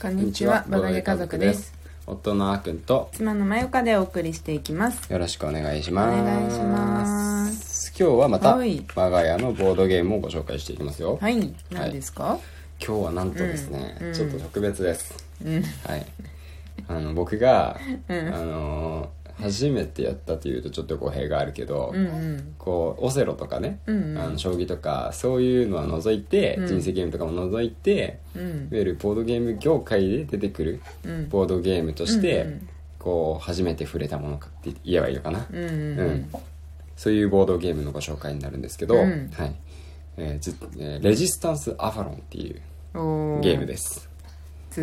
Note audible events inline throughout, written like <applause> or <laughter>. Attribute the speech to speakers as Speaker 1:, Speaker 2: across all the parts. Speaker 1: こんにちは、バ
Speaker 2: こん
Speaker 1: バ
Speaker 2: に
Speaker 1: ゲ
Speaker 2: ちは
Speaker 1: 家族です。。
Speaker 2: 夫のあーくんと
Speaker 1: 妻のまゆかでお送りしていきます。
Speaker 2: よろしくお願いします。
Speaker 1: お願いします。
Speaker 2: 今日はまた、
Speaker 1: はい
Speaker 2: 我が家のボードゲームをご紹介していきますよ。
Speaker 1: はい、何ですか、
Speaker 2: 今日はなんとですね、
Speaker 1: うん
Speaker 2: ちょっと特別です。
Speaker 1: うん。
Speaker 2: はい。あの僕が、
Speaker 1: うん
Speaker 2: あのー初めてやったというとちょっと語弊があるけど、
Speaker 1: うんうん。
Speaker 2: こうオセロとかね、
Speaker 1: うんうん
Speaker 2: あの将棋とかそういうのは除いて、
Speaker 1: うん
Speaker 2: 人生ゲームとかも除いて、
Speaker 1: うん
Speaker 2: い。わゆるボードゲーム業界で出てくる
Speaker 1: うん。
Speaker 2: ボードゲームとして、
Speaker 1: うんうん
Speaker 2: こう初めて触れたものかって言えばいいのかな、
Speaker 1: うんうんう
Speaker 2: う
Speaker 1: ん
Speaker 2: そういうボードゲームのご紹介になるんですけど、
Speaker 1: うん。
Speaker 2: はいえーずえーレジスタンス・アファロンっていうん
Speaker 1: お。
Speaker 2: ゲームですす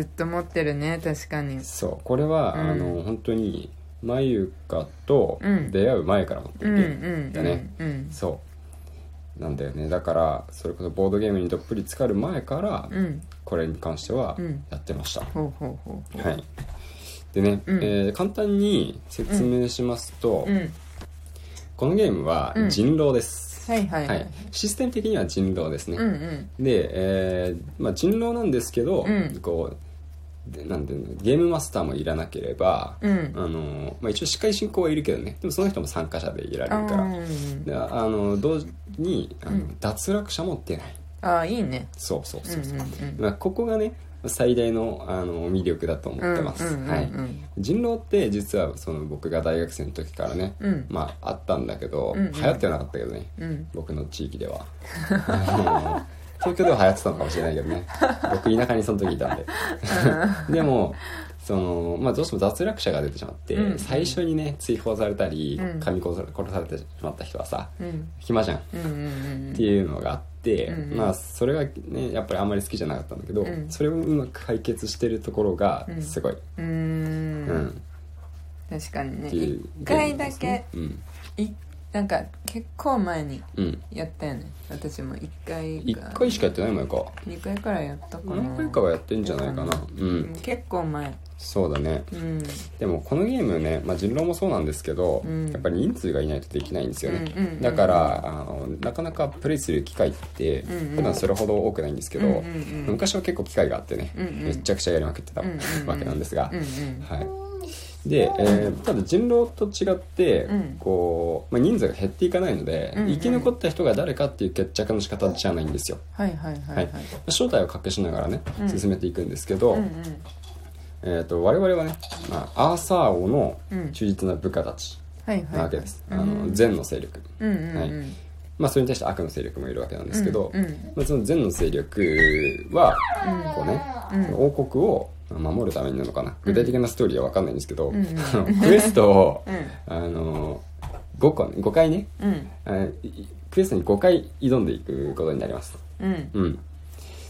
Speaker 1: ずっと持ってるね、確かに。
Speaker 2: そうこれは、
Speaker 1: うん
Speaker 2: あの本当にまゆかと
Speaker 1: うん
Speaker 2: 出会う前から持って
Speaker 1: う
Speaker 2: る
Speaker 1: ん
Speaker 2: ゲ
Speaker 1: う
Speaker 2: ーム
Speaker 1: ん。
Speaker 2: だね、
Speaker 1: うん。
Speaker 2: そうなんだよねだからそれこそボードゲームにどっぷり浸かる前から、
Speaker 1: うん。
Speaker 2: これに関しては
Speaker 1: うん
Speaker 2: やってました、
Speaker 1: ほうほうほうほう。
Speaker 2: はいでね、
Speaker 1: うん
Speaker 2: えー簡単に説明しますと、
Speaker 1: うん。
Speaker 2: このゲームは
Speaker 1: うん
Speaker 2: 人狼です、
Speaker 1: はいはいは。
Speaker 2: はいい、システム的には人狼ですね、
Speaker 1: うんうん。
Speaker 2: で、えーまあ、人狼なんですけど、
Speaker 1: うん
Speaker 2: こうでなんていうのゲームマスターもいらなければ、
Speaker 1: うん。
Speaker 2: あのーまあ、一応司会進行はいるけどねでもその人も参加者でいら
Speaker 1: あ
Speaker 2: れるから
Speaker 1: ー
Speaker 2: であの同時にあの、
Speaker 1: うん
Speaker 2: 脱落者も出ない
Speaker 1: あー、いいね。
Speaker 2: そうそう
Speaker 1: うん
Speaker 2: そううそう、
Speaker 1: んうん。
Speaker 2: まあ、ここがね最大のあの魅力だと思ってます、
Speaker 1: うんうんうんうん
Speaker 2: はい人狼って実はその僕が大学生の時からね、
Speaker 1: うん
Speaker 2: まああったんだけど、
Speaker 1: うんうん
Speaker 2: 流行ってはなかったけどね
Speaker 1: うん。
Speaker 2: 僕の地域では <laughs> あの東京では流行ってたのかもしれないけどね僕田舎にその時いたんででもその、まあ、どうしても脱落者が出てしまって、
Speaker 1: うん
Speaker 2: 最初にね追放されたり
Speaker 1: うん
Speaker 2: 噛み殺され殺されてしまった人はさ
Speaker 1: うん。
Speaker 2: 暇じゃんっ
Speaker 1: うんうん
Speaker 2: ていうのがあって、
Speaker 1: うんうん
Speaker 2: まあそれがねやっぱりあんまり好きじゃなかったんだけど、
Speaker 1: うん
Speaker 2: それをうまく解決してるところが
Speaker 1: うん
Speaker 2: すごい、
Speaker 1: うん。うん。
Speaker 2: うん
Speaker 1: 確かにね
Speaker 2: っていう
Speaker 1: 一回だけ
Speaker 2: うん
Speaker 1: いなんか結構前に
Speaker 2: うん
Speaker 1: やったよね私も一回か
Speaker 2: 1回しかやってないもんか
Speaker 1: 二回くらいやったかな
Speaker 2: 何回かはやってんじゃないかなう
Speaker 1: うんん結構前
Speaker 2: そうだね
Speaker 1: うん
Speaker 2: でもこのゲームね、まあ、人狼もそうなんですけど、
Speaker 1: うん
Speaker 2: やっぱり人数がいないとできないんですよね、
Speaker 1: うんうんうん
Speaker 2: だからあのなかなかプレイする機会って、
Speaker 1: うんうん
Speaker 2: 普段それほど多くないんですけど、
Speaker 1: うんうんうん
Speaker 2: 昔は結構機会があってね、
Speaker 1: うんうん
Speaker 2: めちゃくちゃやりまくってた
Speaker 1: うんうんうん
Speaker 2: わけなんですが、
Speaker 1: うんうん
Speaker 2: はい、で、えーただ人狼と違って、
Speaker 1: うん
Speaker 2: こうまあ、人数が減っていかないので、
Speaker 1: うんうん
Speaker 2: 生き残った人が誰かっていう決着の仕方じゃないんですよ、
Speaker 1: はいはいはいはい
Speaker 2: はい正体を隠しながらね
Speaker 1: うん
Speaker 2: 進めていくんですけど、
Speaker 1: うん
Speaker 2: えー、と我々はね、まあ、アーサー王の
Speaker 1: うん
Speaker 2: 忠実な部下たち
Speaker 1: はいはい
Speaker 2: なわけです、
Speaker 1: うん
Speaker 2: あの善の勢力、
Speaker 1: うんうんうん
Speaker 2: はいまあ、それに対して悪の勢力もいるわけなんですけど、
Speaker 1: うんうん
Speaker 2: まあ、その善の勢力は
Speaker 1: うん
Speaker 2: こうね、
Speaker 1: うん
Speaker 2: 王国を守るためになのかな具体的なストーリーは分かんないんですけど、
Speaker 1: うんうん
Speaker 2: <laughs> あのクエストを、
Speaker 1: うん
Speaker 2: あの5個ね5回ね
Speaker 1: うん
Speaker 2: あいクエストに5回挑んでいくことになります
Speaker 1: うん
Speaker 2: うん、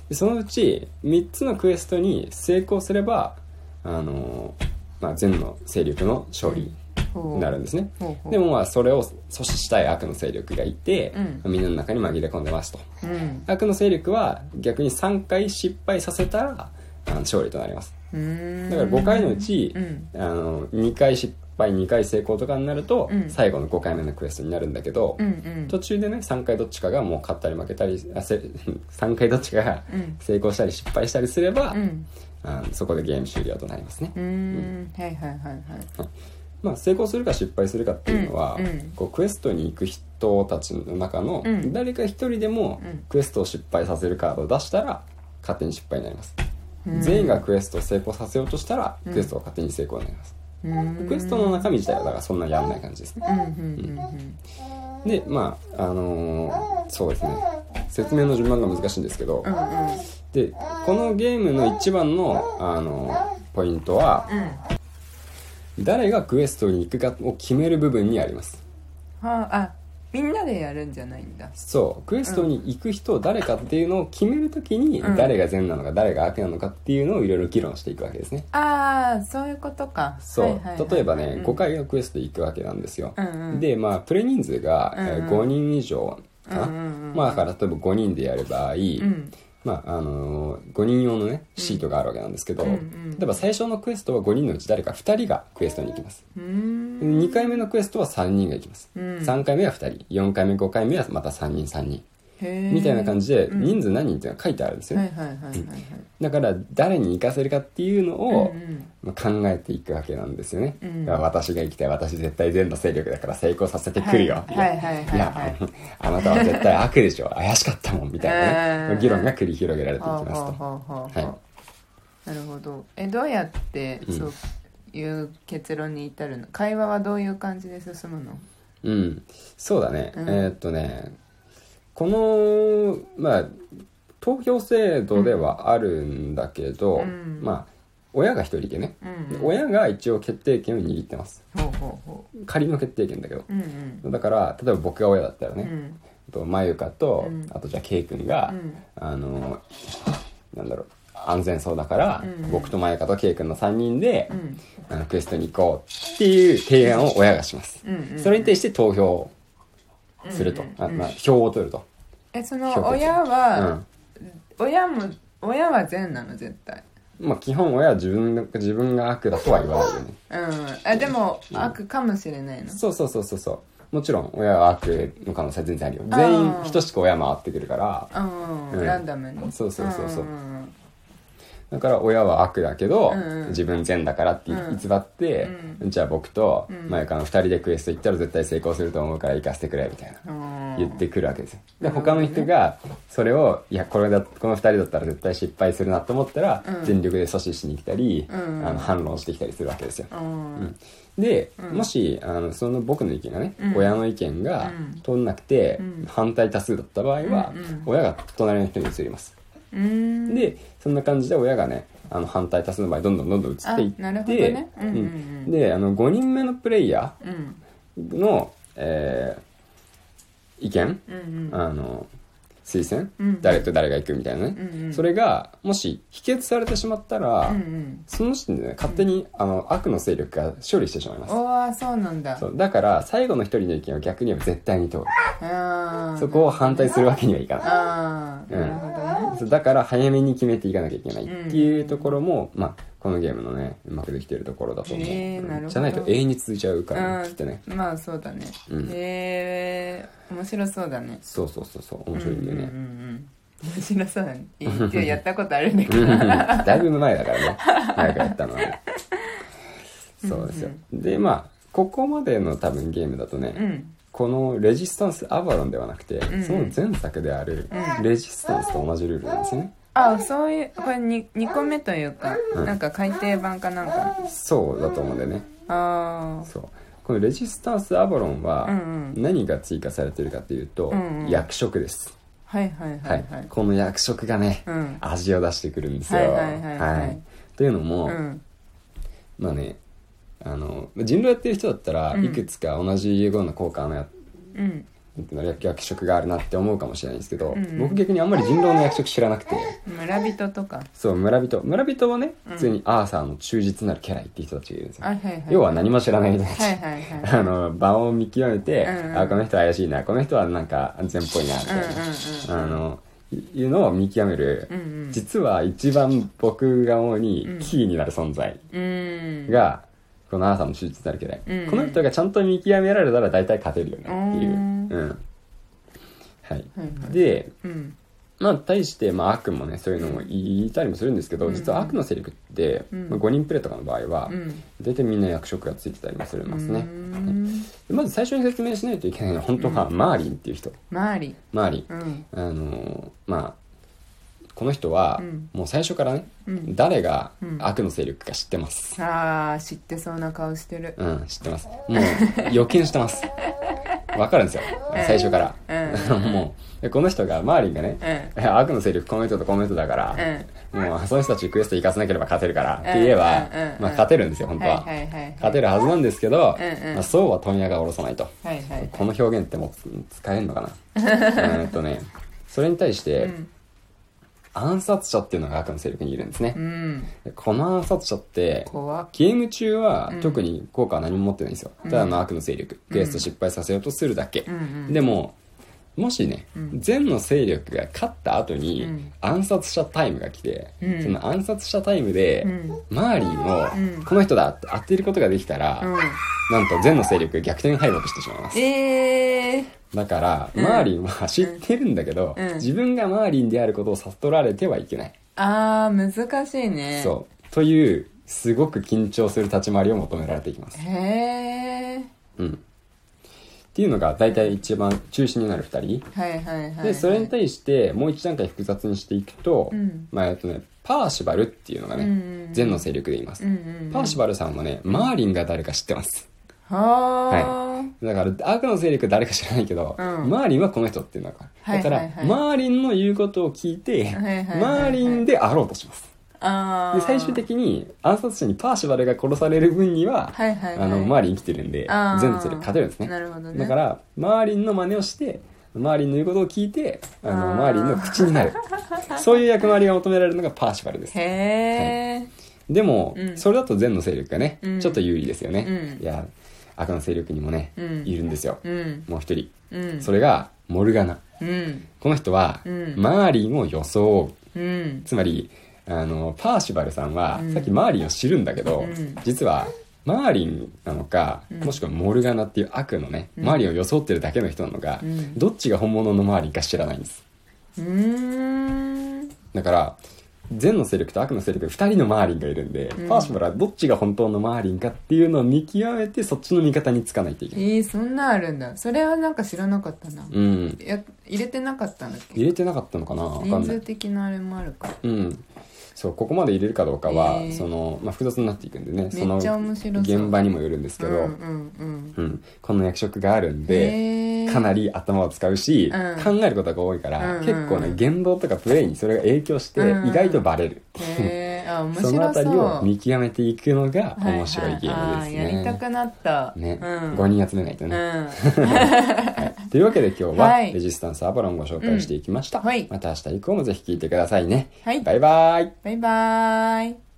Speaker 2: でそのうち3つのクエストに成功すれば、あのまあ、善の勢力の勝利
Speaker 1: ほう
Speaker 2: になるんですね
Speaker 1: ほうほう
Speaker 2: でもまあそれを阻止したい悪の勢力がいて、
Speaker 1: う
Speaker 2: みんなの中に紛れ込んでますと
Speaker 1: うん
Speaker 2: 悪の勢力は逆に3回失敗させたらあの勝利となります
Speaker 1: うーん
Speaker 2: だから5回のうち、
Speaker 1: うん
Speaker 2: あの2回失敗2回成功とかになると、
Speaker 1: うん
Speaker 2: 最後の5回目のクエストになるんだけど、
Speaker 1: うんうん
Speaker 2: 途中でね3回どっちかがもう勝ったり負けたりあせ <laughs> 3回どっちかが
Speaker 1: うん
Speaker 2: 成功したり失敗したりすれば、
Speaker 1: うん
Speaker 2: あそこでゲーム終了となりますね、
Speaker 1: うーんはいはいはいはい
Speaker 2: まあ、成功するか失敗するかっていうのは、
Speaker 1: うんうん
Speaker 2: こうクエストに行く人たちの中の
Speaker 1: うん
Speaker 2: 誰か一人でも
Speaker 1: うん
Speaker 2: クエストを失敗させるカードを出したら勝手に失敗になります、
Speaker 1: うん
Speaker 2: 全員がクエストを成功させようとしたら
Speaker 1: うん
Speaker 2: クエストを勝手に成功になります、
Speaker 1: うーん
Speaker 2: クエストの中身自体はだからそんなやんない感じですね
Speaker 1: うんうんうん
Speaker 2: でまああのーそうですね説明の順番が難しいんですけど、
Speaker 1: うんうんうん
Speaker 2: でこのゲームの一番のあのポイントは
Speaker 1: うん
Speaker 2: 誰がクエストに行くかを決める部分にあります
Speaker 1: はああみんなでやるんじゃないんだ
Speaker 2: そうクエストに行く人を誰かっていうのを決めるときに
Speaker 1: うん
Speaker 2: 誰が善なのか誰が悪なのかっていうのをいろいろ議論していくわけですね
Speaker 1: ああそういうことか
Speaker 2: そう、
Speaker 1: はいはいはい
Speaker 2: 例えばね
Speaker 1: うん
Speaker 2: 5回がクエスト行くわけなんですよ、
Speaker 1: うんうん
Speaker 2: でまあプレイ人数が、え
Speaker 1: うんうん
Speaker 2: 5人以上かな、
Speaker 1: うんうんうん
Speaker 2: まあだから例えば5人でやる場合、
Speaker 1: うん
Speaker 2: まああのー、5人用のねシートがあるわけなんですけど、
Speaker 1: うんうん
Speaker 2: 例えば最初のクエストは5人のうち誰か2人がクエストに行きます
Speaker 1: うーん
Speaker 2: 2回目のクエストは3人が行きます、
Speaker 1: うん
Speaker 2: 3回目は2人4回目5回目はまた3人3人
Speaker 1: へー
Speaker 2: みたいな感じで
Speaker 1: うん
Speaker 2: 人数何人っていうのが書いてあるんですよ、
Speaker 1: はいはいはいはいはい
Speaker 2: だから誰に行かせるかっていうの
Speaker 1: うんう
Speaker 2: を、
Speaker 1: ん
Speaker 2: まあ考えていくわけなんですよね、
Speaker 1: うん
Speaker 2: だから私が行きたい私絶対全の勢力だから成功させてくるよ、
Speaker 1: はいはいはいはい
Speaker 2: いや
Speaker 1: はい
Speaker 2: あのあなたは絶対悪でしょ怪しかったもんみたいな
Speaker 1: <laughs> う
Speaker 2: ね
Speaker 1: ん
Speaker 2: 議論が繰り広げられていき
Speaker 1: ほう
Speaker 2: ます
Speaker 1: ほう
Speaker 2: と
Speaker 1: ほうほうほう
Speaker 2: は
Speaker 1: なるほどえどうやって
Speaker 2: うん
Speaker 1: そういう結論に至るの会話はどういう感じで進むの
Speaker 2: うんそうだね、
Speaker 1: うん
Speaker 2: えーっとねこのまあ投票制度ではあるんだけ
Speaker 1: う
Speaker 2: ど、
Speaker 1: ん
Speaker 2: まあ親が一人でね
Speaker 1: うんうん
Speaker 2: 親が一応決定権を握ってます
Speaker 1: ほうほうほ
Speaker 2: 仮の決定権だけど
Speaker 1: ううんうん
Speaker 2: だから例えば僕が親だったら
Speaker 1: う
Speaker 2: ね、
Speaker 1: ん
Speaker 2: とまゆかと、
Speaker 1: うん
Speaker 2: あとじゃあケイ君が、
Speaker 1: うん
Speaker 2: あのなんだろう安全そうだから、
Speaker 1: うん
Speaker 2: 僕とまゆかとケイ君の3人で
Speaker 1: う、ん
Speaker 2: あのクエストに行こうっていう提案を親がします、
Speaker 1: うんうん
Speaker 2: それに対して投票をすると、
Speaker 1: うん
Speaker 2: あ
Speaker 1: うん
Speaker 2: まあ、票を取ると、
Speaker 1: えその
Speaker 2: 評価する
Speaker 1: 親
Speaker 2: う
Speaker 1: は
Speaker 2: ん
Speaker 1: 親も親は善なの絶対
Speaker 2: まあ、基本親は自分の自分が悪だとは言わないよね
Speaker 1: うんあでも悪かもしれないの
Speaker 2: そうそうそうそうそうもちろん親は悪の可能性は全然あるよ全員等しく親回ってくるから
Speaker 1: うん
Speaker 2: うん
Speaker 1: ランダムに
Speaker 2: そうそうそうそうん
Speaker 1: んん
Speaker 2: だから親は悪だけど、
Speaker 1: うんうん
Speaker 2: 自分善だからって
Speaker 1: うん
Speaker 2: 偽って、じゃあ僕と
Speaker 1: ん
Speaker 2: 前からの2人でクエスト行ったら絶対成功すると思うから行かせてくれみたいな、
Speaker 1: うん
Speaker 2: 言ってくるわけですよで
Speaker 1: なるほ
Speaker 2: 他
Speaker 1: ど
Speaker 2: の
Speaker 1: ね
Speaker 2: 人がそれをいやこれだこの2人だったら絶対失敗するなと思ったら、
Speaker 1: うん
Speaker 2: 全力で阻止しに来たり、
Speaker 1: うん
Speaker 2: あの反論してきたりするわけですよ
Speaker 1: うん
Speaker 2: で、もしあのその僕の意見がね、
Speaker 1: うん
Speaker 2: 親の意見
Speaker 1: う
Speaker 2: が
Speaker 1: ん
Speaker 2: 通んなくて、
Speaker 1: うん
Speaker 2: 反対多数だった場合は、
Speaker 1: うんうん
Speaker 2: 親が隣の人に移ります
Speaker 1: うん
Speaker 2: でそんな感じで親がねあの反対多数の場合どんどんどんどん移っていって
Speaker 1: あなるほどねうんうんうん
Speaker 2: であの5人目のプレイヤ
Speaker 1: うん
Speaker 2: ーの、えー意見、
Speaker 1: うんうん
Speaker 2: あの推薦、
Speaker 1: うん
Speaker 2: 誰と誰が行くみたいなね、
Speaker 1: うんうん
Speaker 2: それがもし否決されてしまったら、
Speaker 1: うんうん
Speaker 2: その時点でね勝手に、あの悪の勢力が勝利してしまいます
Speaker 1: おーそうなんだ
Speaker 2: そうだから最後の一人の意見は逆には絶対に通る
Speaker 1: あー
Speaker 2: そこを反対するわけにはいかない
Speaker 1: あーなるほどね
Speaker 2: そうだから早めに決めていかなきゃいけないっていうところも、まあ、このゲームのねうまくできてるところだと思う、
Speaker 1: へーなるほど
Speaker 2: じゃないと永遠に続いちゃうから、ねきっとね
Speaker 1: うんまあそうだね
Speaker 2: う
Speaker 1: へ
Speaker 2: ん
Speaker 1: え面白そうだね
Speaker 2: そうそうそうそう面白いんだよ
Speaker 1: うんう
Speaker 2: ね、
Speaker 1: んうん面白そうだね一応やったことあるんだけど
Speaker 2: うん <laughs> だいぶ前だからね早くやったのはねそうですよでまあここまでの多分ゲームだとね、
Speaker 1: うん
Speaker 2: このレジスタンス・アバロンではなくて、
Speaker 1: ん
Speaker 2: その前作であるレジスタンスと同じルールなんですよね、
Speaker 1: あそういうこれ 2, 二個目というか、
Speaker 2: うん
Speaker 1: なんか改訂版かなんか
Speaker 2: そうだと思うんだよね
Speaker 1: あ
Speaker 2: そうこのレジスタンス・アバロンは
Speaker 1: うんう
Speaker 2: 何が追加されてるかというと、
Speaker 1: うんうん
Speaker 2: 役職です、
Speaker 1: あはいはいは
Speaker 2: はいい
Speaker 1: はい
Speaker 2: この役職がね、
Speaker 1: うん
Speaker 2: 味を出してくるんですよ
Speaker 1: はいはいはいはい
Speaker 2: というのも、
Speaker 1: うん
Speaker 2: まあねあの人狼やってる人だったら
Speaker 1: うん
Speaker 2: いくつか同じような効果のや
Speaker 1: うん
Speaker 2: 役職があるなって思うかもしれないんですけど、
Speaker 1: うんうん
Speaker 2: 僕逆にあんまり人狼の役職知らなくて
Speaker 1: 村人とか
Speaker 2: そう村人村人はね
Speaker 1: うん
Speaker 2: 普通にアーサーの忠実なる家来っていう人たちがいるんですよ、
Speaker 1: あはいはい
Speaker 2: 要は何も知らない人たち、
Speaker 1: はいはいはい
Speaker 2: あの場を見極めて、
Speaker 1: うんうん
Speaker 2: あこの人怪しいなこの人はなんか安全っぽいなみたいな、あのいいうのを見極める、
Speaker 1: うんうん
Speaker 2: 実は一番僕が思うに
Speaker 1: うん
Speaker 2: キーになる存在
Speaker 1: うん
Speaker 2: が、このアーサーの手術になるけど、
Speaker 1: うんうん
Speaker 2: この人がちゃんと見極められたら大体勝てるよねっていうう、うんんはい
Speaker 1: はいはい
Speaker 2: で
Speaker 1: うん
Speaker 2: まあ対して、まあ、悪もねそういうのも言いたりもするんですけど、
Speaker 1: うん
Speaker 2: 実は悪の勢力って、
Speaker 1: うん
Speaker 2: まあ、5人プレイとかの場合は、
Speaker 1: うん
Speaker 2: 大体みんな役職がついてたりもするんですね、
Speaker 1: うん
Speaker 2: でまず最初に説明しないといけないのは本当はマーリンっていう人、
Speaker 1: 周り
Speaker 2: マーリン
Speaker 1: うん
Speaker 2: あのーまあこの人は
Speaker 1: うん
Speaker 2: もう最初からね、
Speaker 1: うん
Speaker 2: 誰が
Speaker 1: うん
Speaker 2: 悪の勢力か知ってます
Speaker 1: あー知ってそうな顔してる
Speaker 2: うん、知っ
Speaker 1: <laughs>
Speaker 2: てますもう予見してますわかるんですよ最初から、 <laughs> もうでこの人がマーリンがね、いや悪の勢力この人とこの人だから、もうその人たちにクエスト行かせなければ勝てるから、って言えば、
Speaker 1: うんうんうん
Speaker 2: まあ、勝てるんですよ本当
Speaker 1: はい
Speaker 2: は、
Speaker 1: はいはい
Speaker 2: 勝てるはずなんですけど、
Speaker 1: うんうん
Speaker 2: まあ、そうは問屋が下ろさないと
Speaker 1: はいはい
Speaker 2: この表現ってもう使えん
Speaker 1: <laughs>
Speaker 2: のかなえーっとねそれに対して、
Speaker 1: うん
Speaker 2: 暗殺者っていうのが悪の勢力にいるんですね
Speaker 1: う、ん
Speaker 2: この暗殺者って
Speaker 1: 怖っ
Speaker 2: ゲーム中は
Speaker 1: うん
Speaker 2: 特に効果は何も持ってないんですよ、ただの悪の勢力クエスト失敗させようとするだけ、
Speaker 1: うんうん
Speaker 2: でももしね、
Speaker 1: うん
Speaker 2: 善の勢力が勝った後に、
Speaker 1: うん
Speaker 2: 暗殺者タイムが来て、
Speaker 1: うん
Speaker 2: その暗殺者タイムで、
Speaker 1: うん
Speaker 2: マーリン
Speaker 1: うん
Speaker 2: をこの人だって当てることができたら、
Speaker 1: うん
Speaker 2: なんと善の勢力が逆転敗北してしまいます。
Speaker 1: ええ
Speaker 2: だから、
Speaker 1: うん
Speaker 2: マーリンは知ってるんだけど、
Speaker 1: うん
Speaker 2: 自分がマーリンであることを悟られてはいけない。
Speaker 1: あー難しいね
Speaker 2: そう。という、すごく緊張する立ち回りを求められていきます。
Speaker 1: へえ
Speaker 2: うん。っていうのが、大体一番中心になる二人。
Speaker 1: はいはいはい
Speaker 2: で、それに対して、もう一段階複雑にしていくと、
Speaker 1: うん
Speaker 2: まあ、えっとね、パーシバルっていうのが
Speaker 1: うんうん
Speaker 2: ね
Speaker 1: う、ん
Speaker 2: 善の勢力で言います。
Speaker 1: うんうんうん
Speaker 2: パーシバルさんはね、マーリンが誰か知ってます。
Speaker 1: は
Speaker 2: だから、悪の勢力誰か知らないけど、
Speaker 1: うん
Speaker 2: マーリンはこの人っていうのが。
Speaker 1: はい
Speaker 2: だから、
Speaker 1: はいはい
Speaker 2: マーリンの言うことを聞いて、
Speaker 1: はいはいはい
Speaker 2: マーリンであろうとします。
Speaker 1: あ、ああ
Speaker 2: で、最終的に暗殺者にパーシバルが殺される分には、
Speaker 1: はいはいはい
Speaker 2: あの、マーリン生きてるんで
Speaker 1: あ、ー
Speaker 2: 全勢力勝てるんですね。
Speaker 1: なるほどね
Speaker 2: だから、マーリンの真似をして、マーリンの言うことを聞いて、あの、
Speaker 1: あー
Speaker 2: マーリンの口に
Speaker 1: <laughs>
Speaker 2: なる。そういう役割が求められるのがパーシバルです。
Speaker 1: へえ、
Speaker 2: でも、
Speaker 1: うん
Speaker 2: それだと善の勢力がね、
Speaker 1: うん
Speaker 2: ちょっと有利ですよね。
Speaker 1: うん
Speaker 2: いや、悪の勢力にもね、
Speaker 1: うん
Speaker 2: いるんですよ。
Speaker 1: うん
Speaker 2: もう一人。
Speaker 1: うん
Speaker 2: それが、モルガナ。
Speaker 1: うん
Speaker 2: この人は、
Speaker 1: うん
Speaker 2: マーリンを装う。
Speaker 1: うん
Speaker 2: つまりあのパーシバルさんは、
Speaker 1: うん
Speaker 2: さっきマーリンを知るんだけど、
Speaker 1: うん
Speaker 2: 実はマーリンなのか、
Speaker 1: ん
Speaker 2: もしくはモルガナっていう悪のね、
Speaker 1: うん
Speaker 2: マーリンを装ってるだけの人なのか、
Speaker 1: うん
Speaker 2: どっちが本物のマーリンか知らないんです
Speaker 1: うーん
Speaker 2: だから善の勢力と悪の勢力2人のマーリンがいるんで、
Speaker 1: うん
Speaker 2: パーシバルはどっちが本当のマーリンかっていうのを見極めてそっちの味方につかないといけない、
Speaker 1: えー、そんなんあるんだそれはなんか知らなかったな、
Speaker 2: うん
Speaker 1: いや入れてなかったんだっけ
Speaker 2: 入れてなかったのかなわか
Speaker 1: 人
Speaker 2: んな
Speaker 1: 数
Speaker 2: い
Speaker 1: 的なあれもあるか
Speaker 2: うんそうここまで入れるかどうかは、
Speaker 1: へー
Speaker 2: その、まあ、複雑になっていくんでねその
Speaker 1: めっちゃ面白そう
Speaker 2: 現場にもよるんですけど、
Speaker 1: うんうん
Speaker 2: うん、この役職があるん
Speaker 1: うん
Speaker 2: で、
Speaker 1: へー
Speaker 2: かなり頭を使うし、
Speaker 1: うん
Speaker 2: 考えることが多いから、
Speaker 1: うん
Speaker 2: 結構ね言動とかプレイにそれが影響して、
Speaker 1: うん
Speaker 2: 意外とバレる、
Speaker 1: へえあ面白そ
Speaker 2: <laughs> そうのあたりを見極めていくの
Speaker 1: は
Speaker 2: が
Speaker 1: いはい
Speaker 2: 面白いゲームですね、
Speaker 1: あーやりたくなった
Speaker 2: ね、
Speaker 1: うん、
Speaker 2: 5人集めないと
Speaker 1: う
Speaker 2: ね、
Speaker 1: ん
Speaker 2: というわけで今日は
Speaker 1: はい
Speaker 2: レジスタンスアバロンをご紹介していきました、
Speaker 1: うんはい
Speaker 2: <laughs> また明日以降もぜひ聞いてくださいね、
Speaker 1: はい
Speaker 2: バイバイ
Speaker 1: バイバーイ